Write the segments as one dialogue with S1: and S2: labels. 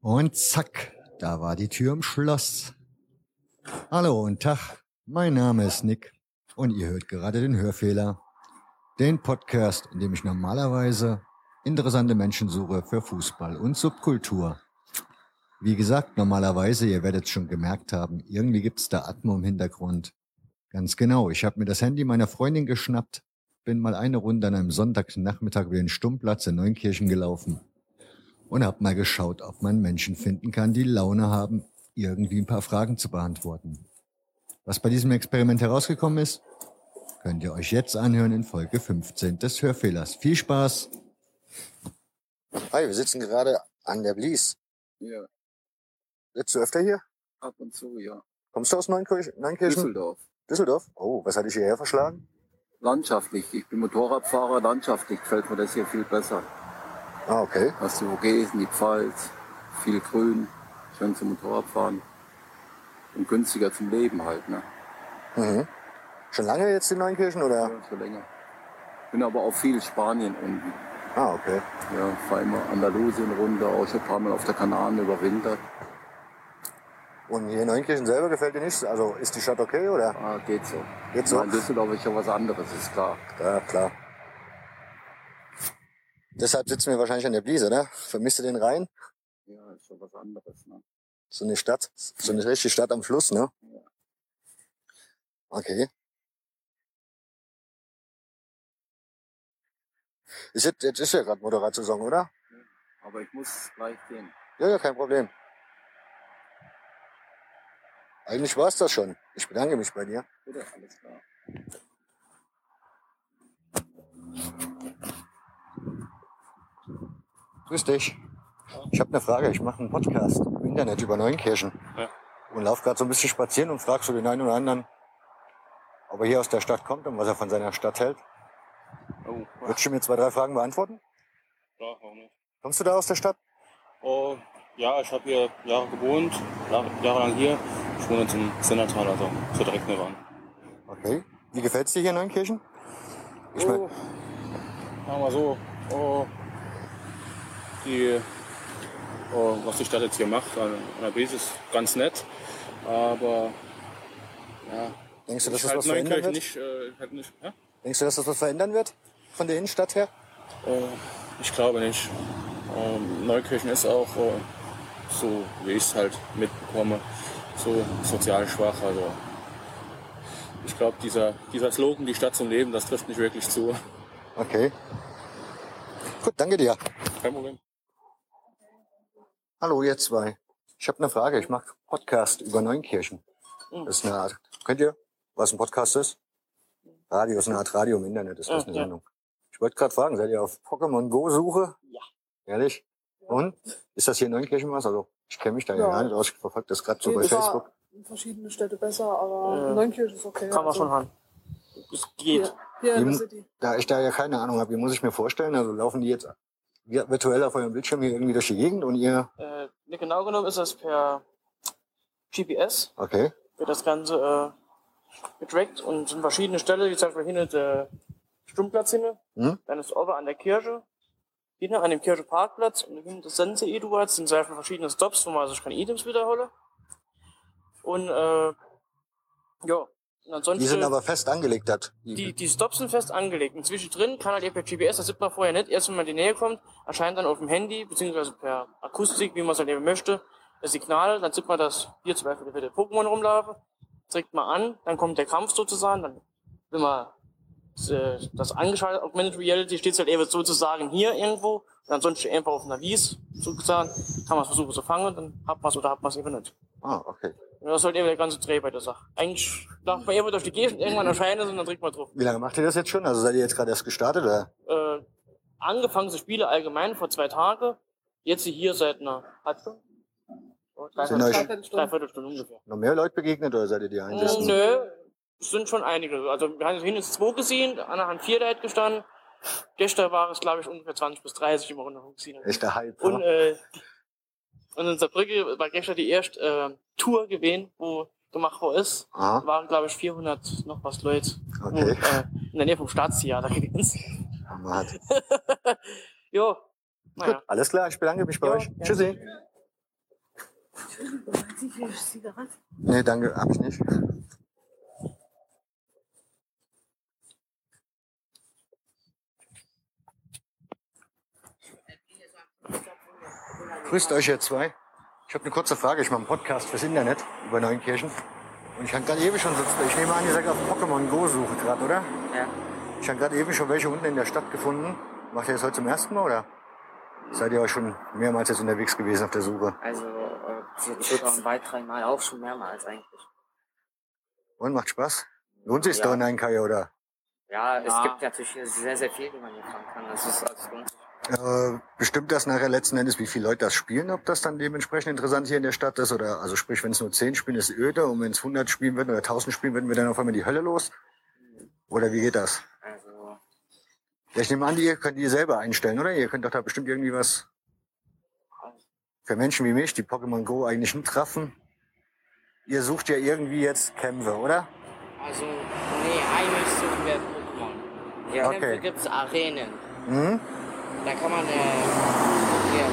S1: Und zack, da war die Tür im Schloss. Hallo und Tag, mein Name ist Nick und ihr hört gerade den Hörfehler. Den Podcast, in dem ich normalerweise interessante Menschen suche für Fußball und Subkultur. Wie gesagt, normalerweise, ihr werdet es schon gemerkt haben, irgendwie gibt es da Atmo im Hintergrund. Ganz genau, ich habe mir das Handy meiner Freundin geschnappt, bin mal eine Runde an einem Sonntagnachmittag über den Stummplatz in Neunkirchen gelaufen und habe mal geschaut, ob man Menschen finden kann, die Laune haben, irgendwie ein paar Fragen zu beantworten. Was bei diesem Experiment herausgekommen ist, könnt ihr euch jetzt anhören in Folge 15 des Hörfehlers. Viel Spaß! Hi, wir sitzen gerade an der Blies.
S2: Ja,
S1: Sitzt du öfter hier?
S2: ab und zu, ja.
S1: Kommst du aus Neunkirch Neunkirchen?
S2: Düsseldorf.
S1: Düsseldorf? Oh, was hatte ich hierher verschlagen?
S2: Landschaftlich. Ich bin Motorradfahrer, landschaftlich gefällt mir das hier viel besser.
S1: Ah, okay.
S2: Hast du Vogesen, die Pfalz, viel Grün, schön zum Motorradfahren und günstiger zum Leben halt, ne?
S1: Mhm. Schon lange jetzt in Neunkirchen oder?
S2: Ja, Schon länger. Bin aber auch viel Spanien unten.
S1: Ah, okay.
S2: Ja, fahr immer Andalusien runter, auch schon ein paar Mal auf der Kanaren überwintert.
S1: Und hier in Neunkirchen selber gefällt dir nichts? Also ist die Stadt okay oder?
S2: Ah, geht so.
S1: Geht so?
S2: Ja, In Düsseldorf ist schon was anderes, ist klar.
S1: Ja, klar. Deshalb sitzen wir wahrscheinlich an der Bliese, ne? Vermisst du den Rhein?
S2: Ja, ist schon was anderes, ne?
S1: So eine Stadt, so eine richtige Stadt am Fluss, ne? Okay. Ist jetzt, jetzt ist ja gerade Moderatsaison, oder?
S2: Aber ich muss gleich gehen.
S1: Ja, ja, kein Problem. Eigentlich war's das schon. Ich bedanke mich bei dir.
S2: Bitte, alles klar.
S1: Grüß dich. Ich habe eine Frage. Ich mache einen Podcast im Internet über Neunkirchen.
S3: Ja.
S1: Und laufe gerade so ein bisschen spazieren und frage so den einen oder anderen, ob er hier aus der Stadt kommt und was er von seiner Stadt hält.
S3: Oh, ja,
S1: Würdest du mir zwei, drei Fragen beantworten?
S3: klar, warum nicht?
S1: Kommst du da aus der Stadt?
S3: Oh, ja, ich habe hier Jahre gewohnt, Jahre, jahrelang hier. Ich wohne jetzt im Sennertal, also so direkt nebenan.
S1: Okay. Wie gefällt's dir hier in Neunkirchen? Ich mein-
S3: oh, sagen wir so, oh, die, oh, was die Stadt jetzt hier macht an, an der Brise ist ganz nett, aber ja,
S1: Denkst du, dass
S3: ich
S1: das was
S3: halt
S1: verändern
S3: Neunkirchen
S1: wird?
S3: nicht, äh, halt nicht, ja?
S1: Denkst du, dass das was verändern wird? Von der Innenstadt her?
S3: Oh, ich glaube nicht. Ähm, Neukirchen ist auch, äh, so wie ich es halt mitbekomme, so sozial schwach. Also ich glaube, dieser, dieser Slogan, die Stadt zum Leben, das trifft nicht wirklich zu.
S1: Okay. Gut, danke dir.
S3: Kein Problem.
S1: Hallo, ihr zwei. Ich habe eine Frage. Ich mache Podcast über Neunkirchen.
S3: Hm.
S1: Das ist eine Art. Könnt ihr, was ein Podcast ist? Radio ist eine Art Radio im Internet, ist das
S3: Ja,
S1: eine
S3: ja.
S1: Sendung. Ich wollte gerade fragen, seid ihr auf Pokémon Go Suche?
S3: Ja.
S1: Ehrlich? Und? Ist das hier in Neunkirchen was? Also, ich kenne mich da ja,
S4: Ja.
S1: gar nicht aus. Ich verfolge das gerade so
S4: Nee,
S1: bei
S4: das war
S1: Facebook.
S4: in verschiedenen Städten besser, aber
S5: Ja.
S4: Neunkirchen ist okay.
S5: Kann man
S4: also
S5: schon haben. Es geht.
S4: Hier, hier in
S1: Im-
S4: der City.
S1: Da ich da ja keine Ahnung habe, wie muss ich mir vorstellen? Also laufen die jetzt vi- virtuell auf eurem Bildschirm hier irgendwie durch die Gegend und ihr,
S5: Äh, ne, genau genommen ist das per GPS,
S1: okay,
S5: wird das Ganze äh, getrackt und sind verschiedene Stellen, wie zum Beispiel hinter der Stummplatz hin,
S1: Hm?
S5: dann ist oben an der Kirche, hinten an dem Kircheparkplatz und hinten das Sense Eduards sind zum Beispiel verschiedene Stops, wo man sich keine Items wiederhole. Und äh, ja, und ansonsten.
S1: die sind aber fest angelegt hat.
S5: die, die Stops sind fest angelegt. Und zwischendrin kann halt eben per GPS, das sieht man vorher nicht, erst wenn man in die Nähe kommt, erscheint dann auf dem Handy, beziehungsweise per Akustik, wie man es halt eben möchte, das Signal, dann sieht man, dass hier zum Beispiel wieder Pokémon rumlaufen, trägt man an, dann kommt der Kampf sozusagen, dann wenn man das, äh, das angeschaltet, Augmented Reality, steht halt eben sozusagen hier irgendwo, und ansonsten einfach auf einer Wies, sozusagen, kann man es versuchen zu fangen, dann hat man es oder hat man es eben nicht.
S1: Ah, okay.
S5: Und das ist halt eben der ganze Dreh bei der Sache. Eigentlich darf man eben durch die Gegend irgendwann erscheinen und dann drückt man drauf.
S1: Wie lange macht ihr das jetzt schon? Also seid ihr jetzt gerade erst gestartet oder?
S5: äh, angefangen zu spielen allgemein vor zwei Tagen. Jetzt hier seit einer halben Stunde. Oh,
S1: Sind euch
S5: Dreiviertel
S4: Dreiviertelstunde.
S5: dreiviertel Stunde ungefähr.
S1: noch mehr Leute begegnet oder seid ihr die Einzigen?
S5: Mm, Nö, es sind schon einige. Also wir haben hin jetzt zwei gesehen, einer hat vier da hat gestanden. Gestern waren es, glaube ich, ungefähr 20 bis 30 immer runter gesehen. haben.
S1: Echter Hype.
S5: Und,
S1: ne?
S5: äh, und in Saarbrücke war gestern die erste äh, Tour gewesen, wo gemacht worden ist.
S6: Ah.
S1: Aha,
S5: Waren, glaube ich, 400 noch was Leute
S1: Ah, Okay.
S5: Und, äh, in der Nähe vom Staatstheater gewesen.
S1: man hat.
S5: jo, naja.
S1: Alles klar, ich bedanke mich bei
S5: Ja,
S1: euch.
S5: gerne.
S1: Tschüssi.
S7: Entschuldigung, hat sie viel Zigarette?
S6: Nee, danke, hab ich nicht. Grüßt euch, ihr zwei. Ich habe eine kurze Frage. Ich mache einen Podcast fürs Internet über Neunkirchen. Und ich habe gerade eben schon, so- ich nehme an, ihr seid auf Pokémon Go Suche gerade, oder?
S4: Ja.
S6: Ich habe gerade eben schon welche Hunde in der Stadt gefunden. Macht ihr das heute zum ersten Mal, oder? Seid ihr auch schon mehrmals jetzt unterwegs gewesen auf der Suche?
S8: Also äh, so circa ein weit dreimal auch schon mehrmals eigentlich.
S6: Und macht Spaß? Lohnt sich's
S8: Ja.
S6: da in einem Kai, E, oder?
S5: Ah,
S8: Ja, es
S4: Ja.
S8: gibt natürlich hier sehr, sehr viel, die man hier fangen kann. Das ist also lohnt sich.
S6: Äh, bestimmt das nachher letzten Endes, wie viele Leute das spielen, ob das dann dementsprechend interessant hier in der Stadt ist oder also sprich, wenn es nur 10 spielen, ist öde und wenn es 100 spielen würden oder 1000 spielen würden, wir dann auf einmal die Hölle los? Oder wie geht das?
S8: Also
S6: Ja, ich nehme an, ihr könnt die selber einstellen, oder? Ihr könnt doch da bestimmt irgendwie was für Menschen wie mich, die Pokémon Go eigentlich nicht treffen. Ihr sucht ja irgendwie jetzt Kämpfe, oder?
S5: Also, nee, eigentlich suchen wir Pokémon.
S8: ja,
S6: Okay.
S5: Dafür gibt's Arenen.
S6: Hm?
S5: Da kann man, äh, hier,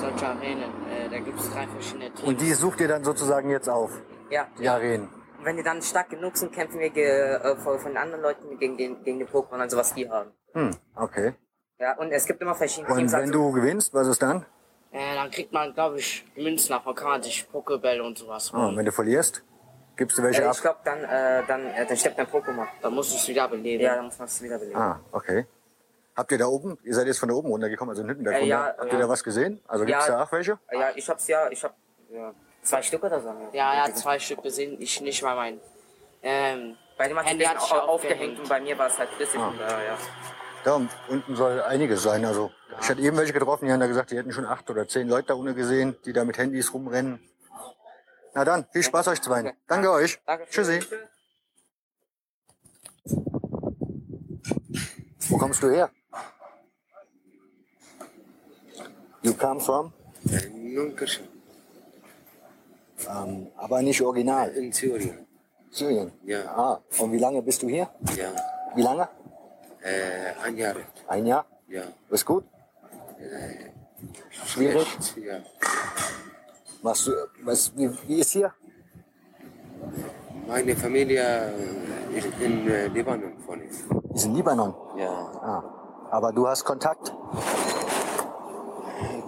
S5: solche Arenen. Äh, da gibt's drei verschiedene Teams.
S6: Und die sucht ihr dann sozusagen jetzt auf,
S8: ja.
S6: die Arenen.
S8: Und wenn die dann stark genug sind, kämpfen wir ge, äh, vor- von anderen Leuten gegen den, gegen den Pokémon, also was die haben.
S6: Hm, okay.
S8: Ja, und es gibt immer verschiedene
S6: Und wenn
S8: also,
S6: du gewinnst, was ist dann?
S5: Äh, dann kriegt man, glaube ich, Münzen, davon kann man sich Pokébälle und sowas
S6: Oh,
S5: holen.
S6: und wenn du verlierst, gibst du welche
S8: äh,
S6: ab?
S8: ich glaube, dann, äh, dann, äh, dann stirbt dein Pokémon.
S5: Dann musst du es wieder beleben.
S8: Ja, dann muss man es wiederbeleben.
S6: Ah, okay. Habt ihr da oben, ihr seid jetzt von da oben runtergekommen, also in Hüttenberg
S8: Äh, ja,
S6: runter. Habt
S8: ja.
S6: ihr da was gesehen? Also gibt's
S8: Ja.
S6: da auch welche?
S8: Äh, Ja, ich hab's ja, ich hab ja, zwei Stück oder so. Ja,
S5: Ja, ja, zwei Stück gesehen, ich nicht mal mein. Ähm,
S8: Bei dem hat
S5: Handy
S8: sich
S5: hat sich
S8: aufgehängt. aufgehängt
S5: aufgehängt.
S8: und bei mir war es halt flüssig.
S6: Ah.
S8: Und, äh, ja.
S6: Da und unten soll einiges sein. Also ich hatte eben welche getroffen, die haben da gesagt, die hätten schon acht oder zehn Leute da ohne gesehen, die da mit Handys rumrennen. Na dann, viel Spaß euch zweien. Danke euch.
S8: Danke.
S6: Tschüssi. Wo kommst du her? You come from?
S9: Nunkerschen
S6: Ähm, aber nicht original.
S9: in Syrien.
S6: Syrien.
S9: Ja.
S6: Ah, und wie lange bist du hier?
S9: Ja,
S6: Wie lange?
S9: äh, ein Jahr.
S6: Ein Jahr.
S9: Ja, Äh,
S6: Ist gut? Schwierig?
S9: ja.
S6: Machst du, was, wie, wie ist hier?
S9: Meine Familie äh, ist in äh, Libanon von ist.
S6: Ist in Libanon.
S9: Ja,
S6: Ah. Aber du hast Kontakt?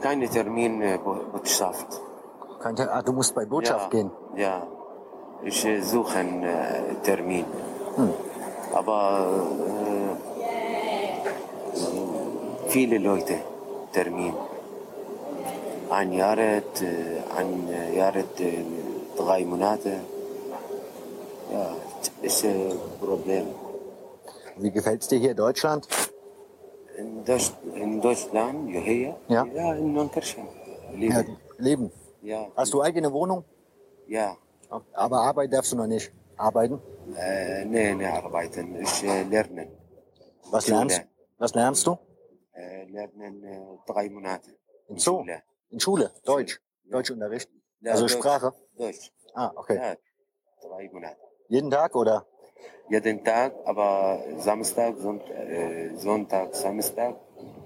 S9: keine Termin äh, Bo- Botschaft.
S6: Kein Ter- ah, du musst bei Botschaft
S9: ja.
S6: gehen.
S9: Ja, ich äh, suche einen äh, Termin. Aber äh, viele Leute Termin. Ein Jahr, äh, ein Jahr, äh, drei Monate. Ja, ist ein Problem.
S6: Wie gefällt es dir hier in Deutschland?
S9: In, Deutsch, in Deutschland, hier?
S6: Ja.
S9: Ja, in Neunkirchen.
S6: Ja,
S9: Leben.
S6: Leben.
S9: Ja.
S6: Hast du eigene Wohnung?
S9: Ja.
S6: Aber arbeiten darfst du noch nicht. Arbeiten?
S9: Äh, nee, nee, arbeiten. Ich äh, lerne.
S6: Was
S9: Schule.
S6: lernst, was lernst du?
S9: Äh, lernen äh, drei Monate.
S6: In Zoo?
S9: Schule.
S6: In Schule? Deutsch? Deutschunterricht?
S9: Ja,
S6: also
S9: Deutsch.
S6: Sprache?
S9: Deutsch.
S6: Ah, okay.
S9: Ja, drei Monate.
S6: Jeden Tag oder?
S9: Jeden Tag, aber Samstag, Sonntag, äh, Sonntag Samstag,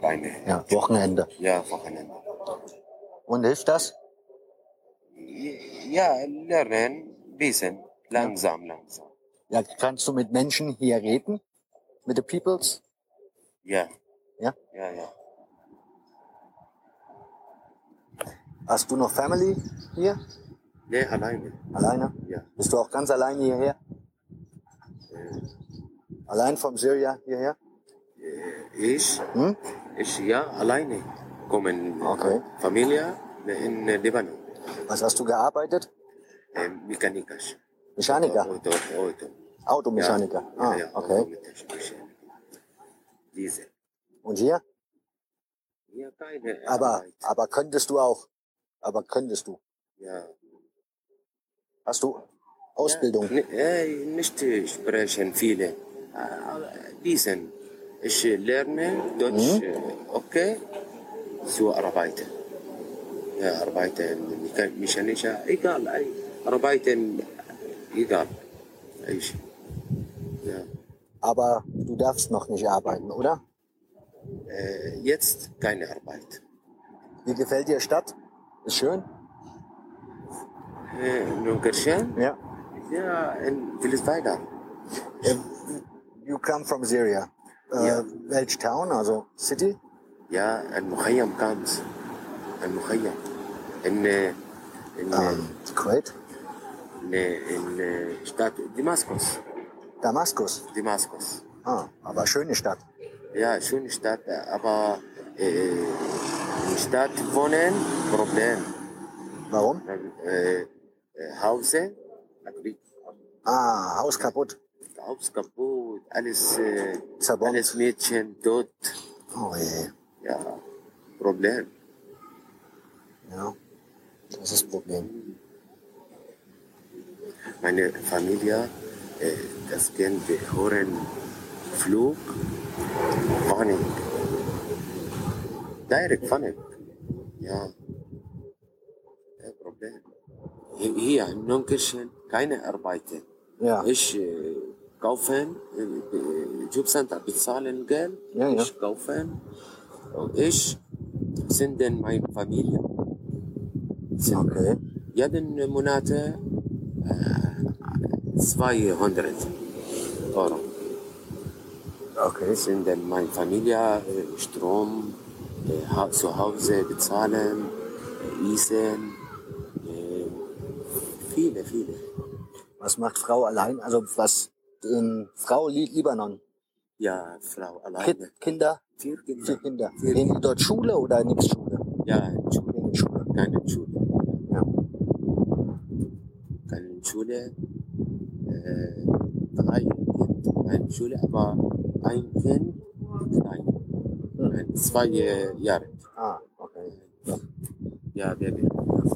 S9: keine.
S6: Ja, Wochenende.
S9: Ja, Wochenende.
S6: Und hilft das?
S9: Ja, lernen, bisschen, langsam, langsam.
S6: Ja, kannst du mit Menschen hier reden? Mit den Peoples?
S9: Ja.
S6: Ja?
S9: Ja, ja.
S6: Hast du noch Family hier?
S9: Nee, alleine.
S6: Alleine?
S9: Ja. Äh.
S6: Bist du auch ganz alleine hierher? Allein vom Syrien hierher?
S9: Ich,
S6: Hm?
S9: ich ja, alleine kommen.
S6: Okay.
S9: Familie in Libanon,
S6: Was hast du gearbeitet?
S9: äh, mechanisch.
S6: Mechaniker?
S9: Auto, Auto.
S6: Automechaniker?
S9: Ja,
S6: Ah,
S9: ja, ja,
S6: okay.
S9: Automechaniker. Diese.
S6: Und hier?
S9: Ja, keine
S6: Aber,
S9: Arbeit.
S6: aber könntest du auch? Aber könntest du?
S9: Ja.
S6: Hast du Ausbildung?
S9: Ja, ni- äh, nicht äh, sprechen viele. Äh, aber Diesen. Ich äh, lerne Deutsch,
S6: Mhm.
S9: äh, okay, zu arbeiten. Ja, arbeiten, mecha- mechanischer, egal, äh, arbeiten, egal. Ich, ja.
S6: Aber du darfst noch nicht arbeiten, oder?
S9: äh, jetzt keine Arbeit.
S6: Wie gefällt dir Stadt? Ist schön?
S9: äh, nur Gershon?
S6: Yeah.
S9: Ja, in Willisweiler.
S6: You come from Syria. Uh,
S9: Yeah.
S6: Welch town, also city?
S9: Ja, in Mukhayam comes. In Mukhayam. In, äh, in, äh,
S6: Um, Kuwait?
S9: in, äh, in äh, Stadt Damaskus.
S6: Damaskus.
S9: Damaskus.
S6: Ah, aber schöne Stadt.
S9: Ja, schöne Stadt, aber äh, in Stadt wohnen, Problem.
S6: Warum?
S9: Äh, äh, Hause, Krieg.
S6: Ah, Haus kaputt.
S9: Haus kaputt, alles, äh,
S6: Zerbombt.
S9: alles Mädchen tot.
S6: Oh je.
S9: Ja, Problem.
S6: Ja. Das ist das Problem.
S9: Meine Familie, äh, das Kind wir hören Flug, Panik. Direkt Panik. Ja. Kein Problem. Hier- Hier in Nunkirchen keine Arbeiten.
S6: Ja.
S9: Ich äh, kaufen, äh, äh, Jobcenter bezahlen Geld,
S6: Ja, ja.
S9: ich kaufen. Und ich sende meine Familie. Sende.
S6: Okay.
S9: jeden Monat äh, آه، 200 Euro.
S6: Okay.
S9: Sind dann meine Familie, äh, Strom, äh, Ha- zu Hause bezahlen, äh, Essen, آه، äh, viele, viele.
S6: Was macht Frau allein? Also was ähm, Frau Li Libanon?
S9: Ja, Frau alleine.
S6: Kind, Kinder?
S9: Vier
S6: Vier
S9: Kinder.
S6: Kinder.
S9: Vier.
S6: Gehen die dort Schule oder nix Schule?
S9: Ja, Schule,
S6: Gehen in Schule.
S9: keine Schule. نعم.
S6: Ja.
S9: Keine Schule. Äh, drei Kinder, keine Schule, aber ein Kind, nein, ein zwei äh, Jahre.
S6: Ah, okay.
S9: Ja, Baby. Und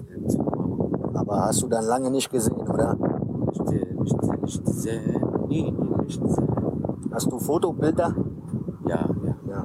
S9: Mama
S6: Aber hast du dann lange nicht gesehen, oder?
S9: nicht, äh, nicht, nicht sehen. Nee, nee, nicht sehen.
S6: Hast du Fotobilder?
S9: Ja, ja.
S6: Ja.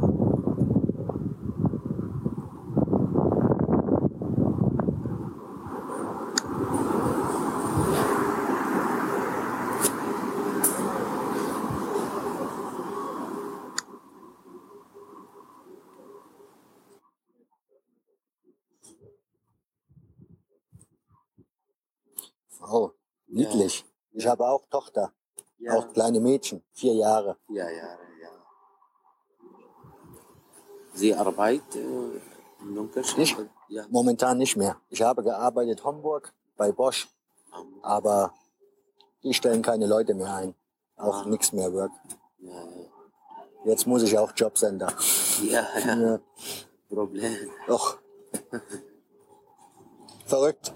S6: Frau, niedlich. Ich habe auch Tochter,
S9: Ja,
S6: auch kleine Mädchen, vier Jahre.
S9: ja, ja, ja. Sie arbeitet äh, in Lunkerschen?
S6: Ich?
S9: Ja.
S6: Momentan nicht mehr. Ich habe gearbeitet Homburg bei Bosch,
S9: am-
S6: aber die stellen keine Leute mehr ein. Auch
S9: Ah.
S6: nichts mehr Work.
S9: Ja, ja.
S6: Jetzt muss ich auch Jobcenter.
S9: ja, ja.
S6: Ja.
S9: Problem.
S6: Och. Verrückt.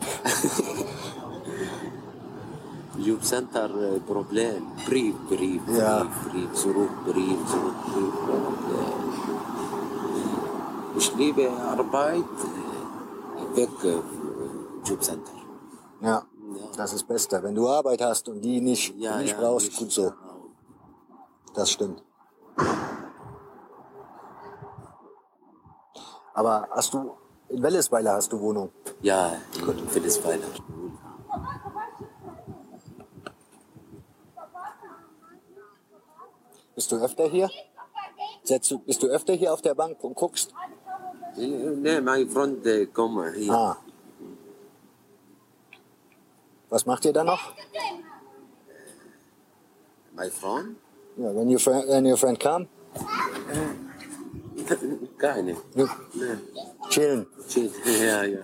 S9: Jobcenter, äh, Problem. Brief, Brief, Brief,
S6: Ja.
S9: Brief, zurück, Brief, zurück, Brief. Und, äh, ich liebe Arbeit e, äh, weg, äh, Jobcenter.
S6: Ja,
S9: Ja.
S6: das ist besser. Wenn du Arbeit hast und die nicht,
S9: Ja,
S6: nicht
S9: ja,
S6: brauchst,
S9: nicht. genau.
S6: gut so. Das stimmt. Aber hast du, in Wellesweiler hast du Wohnung.
S9: Ja, e, gut, vieles weiter.
S6: Bist du öfter hier? Setzt du, bist du öfter hier auf der Bank und guckst?
S9: Nee, mein Freund äh, kommt hier.
S6: Ah. Was macht ihr da noch?
S9: Mein Freund?
S6: Ja, when your friend, when your friend come,
S9: Keine.
S6: you
S9: Nee.
S6: chillen.
S9: Shit. Ja, ja.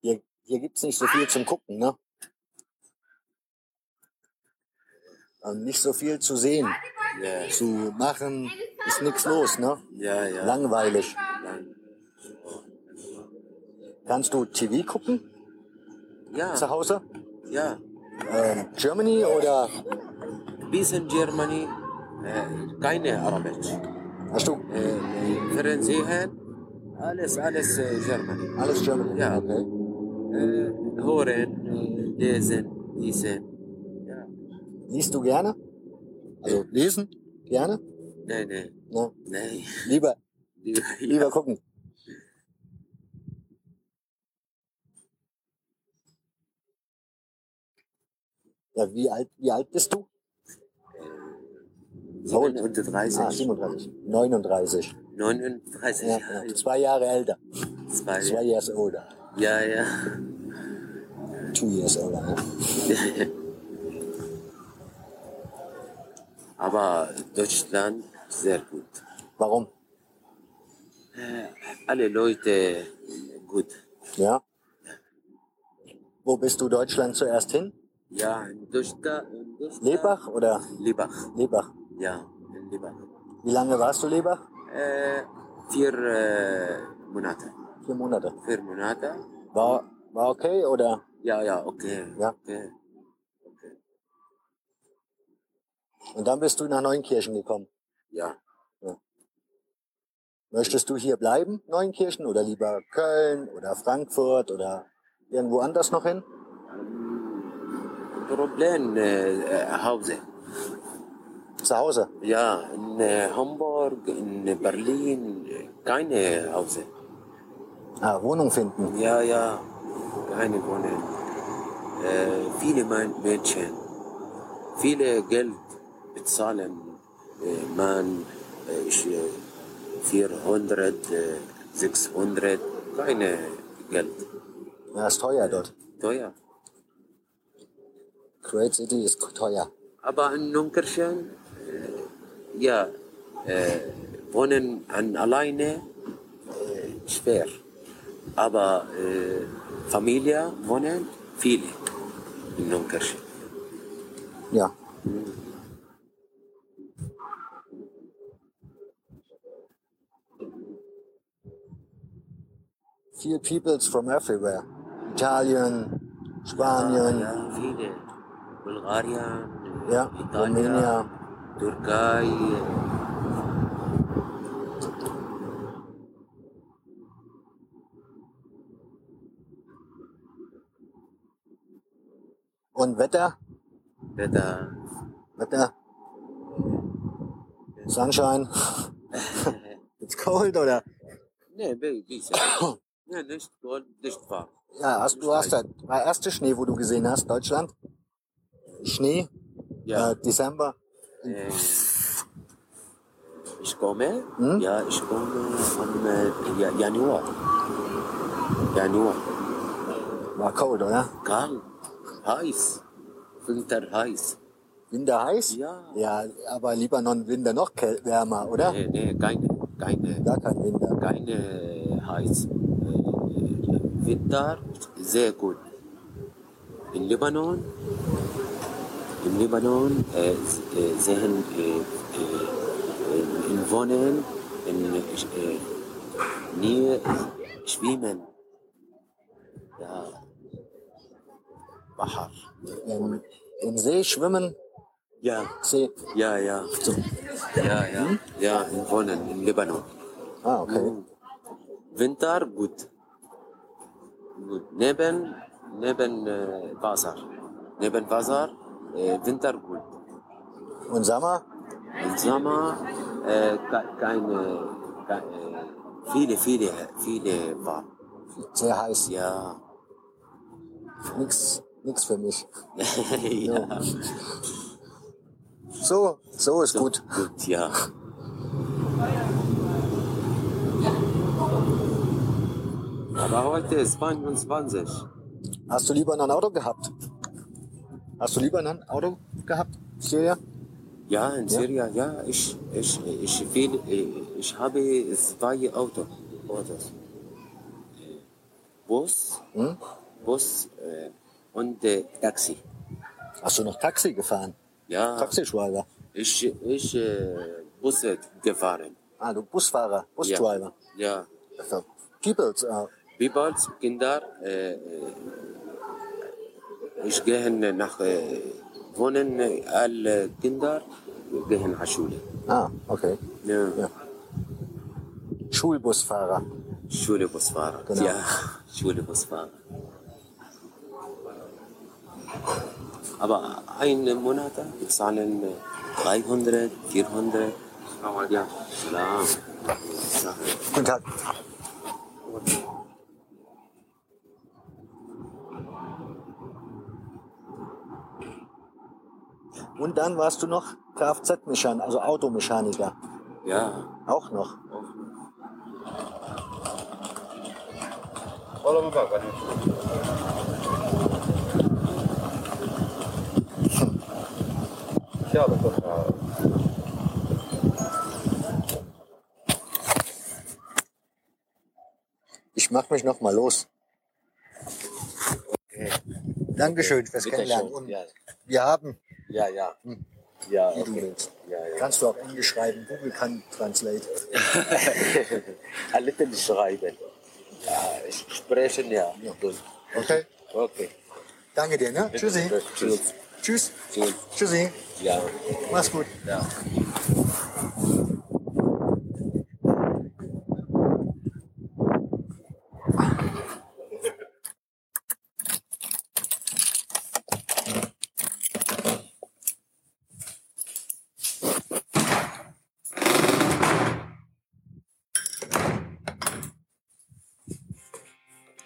S6: Hier, hier gibt's nicht so viel zum Gucken, ne? Und Also nicht so viel zu sehen,
S9: Ja,
S6: zu machen, ist nichts los, ne?
S9: ja. ja.
S6: Langweilig.
S9: Lang.
S6: Kannst du TV gucken zu
S9: Ja,
S6: Hause?
S9: ja.
S6: Ähm, Germany oder
S9: Bis in Germany äh, keine Arabisch.
S6: hast du
S9: Äh, Fernsehen, alles, alles äh, Germany.
S6: alles Germany?
S9: Ja.
S6: Okay.
S9: Äh, hören, äh, lesen, lesen.
S6: Liest du gerne? Also lesen? Gerne?
S9: Nein, nein,
S6: Ne?
S9: nein.
S6: Lieber, lieber
S9: Ja,
S6: gucken. Ah, Ja, wie alt, wie alt bist du?
S9: So, und Ende 30.
S6: Ah, 37. 39.
S9: 39
S6: Ja,
S9: Jahre.
S6: ja. Zwei Jahre älter.
S9: Zwei.
S6: Zwei years older.
S9: Ja, ja.
S6: Two years older. ja.
S9: Aber Deutschland sehr gut.
S6: Warum?
S9: Alle Leute gut.
S6: Ja. Wo bist du Deutschland zuerst hin?
S9: Ja, in Deutschland. in Deutschland-
S6: Lebach oder?
S9: Lebach.
S6: Lebach.
S9: Ja, in Lebach.
S6: Wie lange warst du Lebach?
S9: Äh, vier äh, Monate.
S6: Vier Monate.
S9: Vier Monate.
S6: War, war okay oder?
S9: Ja, ja, okay.
S6: Ja.
S9: okay.
S6: Und dann bist du nach Neunkirchen gekommen.
S9: Ja.
S6: Möchtest du hier bleiben, Neunkirchen, oder lieber Köln oder Frankfurt oder irgendwo anders noch hin?
S9: Problem äh, äh, Hause.
S6: Zu Hause?
S9: Ja, in äh, Hamburg, in Berlin, äh, keine Hause.
S6: Ah, Wohnung finden.
S9: Ja, ja, keine Wohnung. Äh, viele Men- Menschen, viele Geld bezahlen. Äh, man, äh, ich, äh, 400, äh, 600, keine Geld.
S6: Ja, ist teuer dort.
S9: Teuer.
S6: Great City ist teuer.
S9: Aber in Nunkirchen, äh, ja, äh, wohnen an alleine äh, schwer. Aber äh, Familie wohnen viele in Nunkirchen.
S6: Ja. Viel Peoples from everywhere. Italien, Spanien,
S9: Ja, viele. Bulgarien, äh,
S6: ja, Rumänien.
S9: Türkei. äh,
S6: Und Wetter?
S9: Wetter.
S6: Wetter? Sunshine? It's cold, oder?
S9: Nee, be- bisschen. ja, nicht gut, nicht wahr.
S6: Ja, hast, du hast halt, war erste Schnee, wo du gesehen hast, Deutschland? Schnee?
S9: Ja.
S6: Äh, Dezember?
S9: Äh, ich komme,
S6: Hm?
S9: ja, ich komme am äh, Ja- Januar. Januar.
S6: War cold, oder?
S9: Kalt, heiß, Winter heiß.
S6: Winter heiß?
S9: Ja.
S6: Ja, aber Libanon Winter noch käl- wärmer, oder?
S9: Nee, nee, keine, keine,
S6: Gar kein Winter.
S9: keine äh, heiß. Äh, آه، Winter sehr gut. In Libanon, im Libanon äh, s- äh, sehen äh, äh, in Wohnen, in äh, nie schwimmen. Ja. Bahar.
S6: Im, Im See schwimmen,
S9: Ja,
S6: See.
S9: ja, ja.
S6: So.
S9: Ja, ja. Ja, in Wohnen, in Libanon.
S6: Ah,
S9: Oh.
S6: okay.
S9: Winter gut. Gut. Neben, neben äh, Wasser. Neben Wasser, äh, Winter gut.
S6: Und Sommer?
S9: Im Sommer äh, ke- keine, keine, viele, viele, viele warm.
S6: Sehr heiß.
S9: Ja.
S6: Nix, nix für mich.
S9: ja.
S6: So, so ist gut.
S9: Gut, ja. Aber heute ist 22.
S6: Hast du Libanon Auto gehabt? Hast du Libanon Auto gehabt? Silja?
S9: Ja, in Syrien, ja, ich, ich, ich, will, ich habe zwei Auto, Autos. Bus,
S6: Hm?
S9: Bus äh, und äh, Taxi.
S6: Hast du noch Taxi gefahren?
S9: Ja,
S6: Taxischreiber.
S9: ich, ich äh, Busse gefahren.
S6: Ah, du Busfahrer, Busdriver.
S9: Ja,
S6: Also, Peoples, äh,
S9: Peoples, Kinder, äh, äh, ich gehe nach, äh, wohnen äh, alle Kinder, gehen nach Schule.
S6: ah, okay.
S9: Ja,
S6: Ja. Schulbusfahrer.
S9: Schule Busfahrer.
S6: Genau.
S9: Ja, Schule Busfahrer. Aber einen Monat bezahlen äh, 300, 400. Ja, klar. Ja.
S6: Guten Tag. Und dann warst du noch Kfz-Mechaniker, also Automechaniker.
S9: Ja.
S6: Auch noch.
S9: والله ما بعرف يلا طلع
S6: Ich mach mich noch mal los. Dankeschön fürs
S9: Bitte
S6: Kennenlernen.
S9: schön.
S6: Und
S9: Ja.
S6: wir haben,
S9: Ja, ja. Ja,
S6: wie du
S9: okay.
S6: willst.
S9: ja, ja.
S6: Kannst du auch Englisch schreiben. Google kann Translate.
S9: Alle nicht schreiben. Ja, ich sprechen ja. Gut.
S6: Okay.
S9: Okay.
S6: Danke dir, ne? Tschüssi.
S9: Tschüss.
S6: Tschüss.
S9: Tschüss.
S6: Tschüssi.
S9: Ja.
S6: Mach's gut.
S9: ja.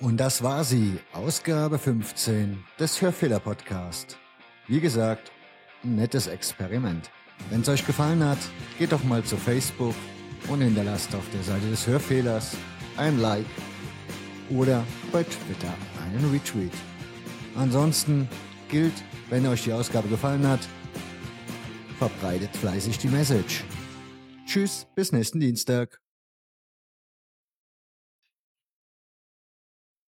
S1: Und das war sie, Ausgabe 15 des Hörfehler-Podcast. Wie gesagt, ein nettes Experiment. Wenn es euch gefallen hat, geht doch mal zu Facebook und hinterlasst auf der Seite des Hörfehlers ein Like oder bei Twitter einen Retweet. Ansonsten gilt, wenn euch die Ausgabe gefallen hat, verbreitet fleißig die Message. Tschüss, bis nächsten Dienstag.